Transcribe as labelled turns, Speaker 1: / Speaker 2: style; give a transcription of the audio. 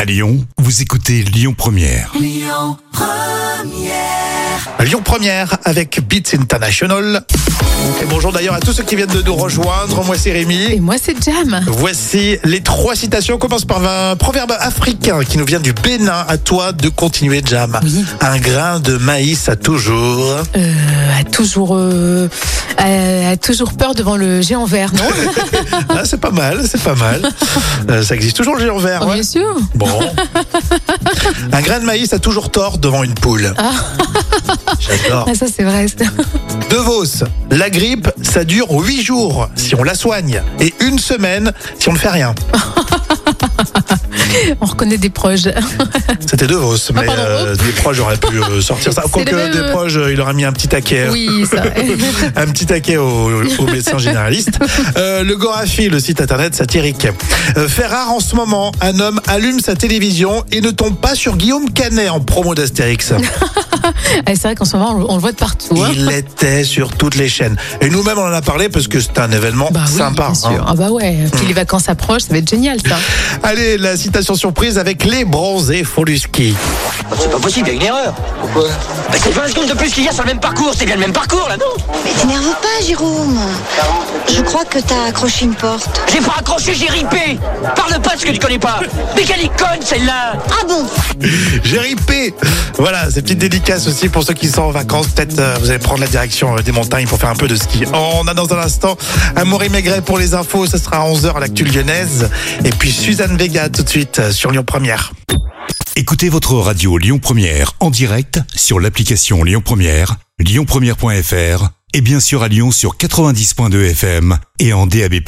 Speaker 1: À Lyon, vous écoutez Lyon Première.
Speaker 2: Lyon Première avec Beats International. Et bonjour d'ailleurs à tous ceux qui viennent de nous rejoindre. Moi c'est
Speaker 3: Et
Speaker 2: Rémi.
Speaker 3: moi, c'est Jam.
Speaker 2: Voici les trois citations. On commence par un proverbe africain qui nous vient du Bénin. À toi de continuer, Jam. Un grain de maïs a toujours.
Speaker 3: Euh, a toujours, euh, a, a toujours peur devant le géant vert, non
Speaker 2: Ah, c'est pas mal, c'est pas mal. Euh, ça existe toujours, le géant vert. ouais.
Speaker 3: Bien sûr.
Speaker 2: Bon. Un grain de maïs a toujours tort devant une poule. J'adore.
Speaker 3: Ah, ça, c'est vrai. c'est-
Speaker 2: De Vos, la grippe, ça dure 8 jours si on la soigne et une semaine si on ne fait rien.
Speaker 3: On reconnaît des proches.
Speaker 2: C'était De Vos, mais
Speaker 3: Ah, pardon. oh.
Speaker 2: euh, des proches auraient pu euh, sortir ça.
Speaker 3: C'est
Speaker 2: Quoique
Speaker 3: le même,
Speaker 2: des
Speaker 3: euh,
Speaker 2: proches, euh, il aurait mis un petit taquet.
Speaker 3: Oui, ça.
Speaker 2: Un petit taquet au, au médecin généraliste. Euh, le Gorafi, le site internet satirique. Euh, fait rare en ce moment, un homme allume sa télévision et ne tombe pas sur Guillaume Canet en promo d'Astérix.
Speaker 3: Ah, c'est vrai qu'en ce moment, on, le- on le voit de partout. hein.
Speaker 2: Il était sur toutes les chaînes. Et nous-mêmes, on en a parlé parce que c'est un événement
Speaker 3: Bah oui,
Speaker 2: sympa.
Speaker 3: bien sûr.
Speaker 2: hein.
Speaker 3: Ah bah ouais. Puis les vacances approchent, ça va être génial, ça.
Speaker 2: Allez, la citation surprise avec les bronzés Foluski.
Speaker 4: Bah, C'est pas possible, il y a une erreur. Pourquoi bah, C'est 20 secondes de plus qu'il y a sur le même parcours, c'est bien le même parcours là, non
Speaker 5: Mais t'énerve pas, Jérôme. Je crois que t'as accroché une porte.
Speaker 4: J'ai pas accroché, j'ai ripé Parle pas de ce que tu connais pas Mais quelle icône celle-là
Speaker 5: Ah bon
Speaker 2: J'ai ripé. Voilà, c'est petite dédicace aussi pour ceux qui sont en vacances. Peut-être euh, vous allez prendre la direction euh, des montagnes pour faire un peu de ski. On a dans un instant Amaury Maigret pour les infos. Ça sera à 11h à l'actu lyonnaise. Et puis Suzanne Vega tout de suite euh, sur Lyon Première.
Speaker 1: Écoutez votre radio Lyon Première en direct sur l'application Lyon Première, lyonpremière.fr et bien sûr à Lyon sur 90.2 FM et en DAB+.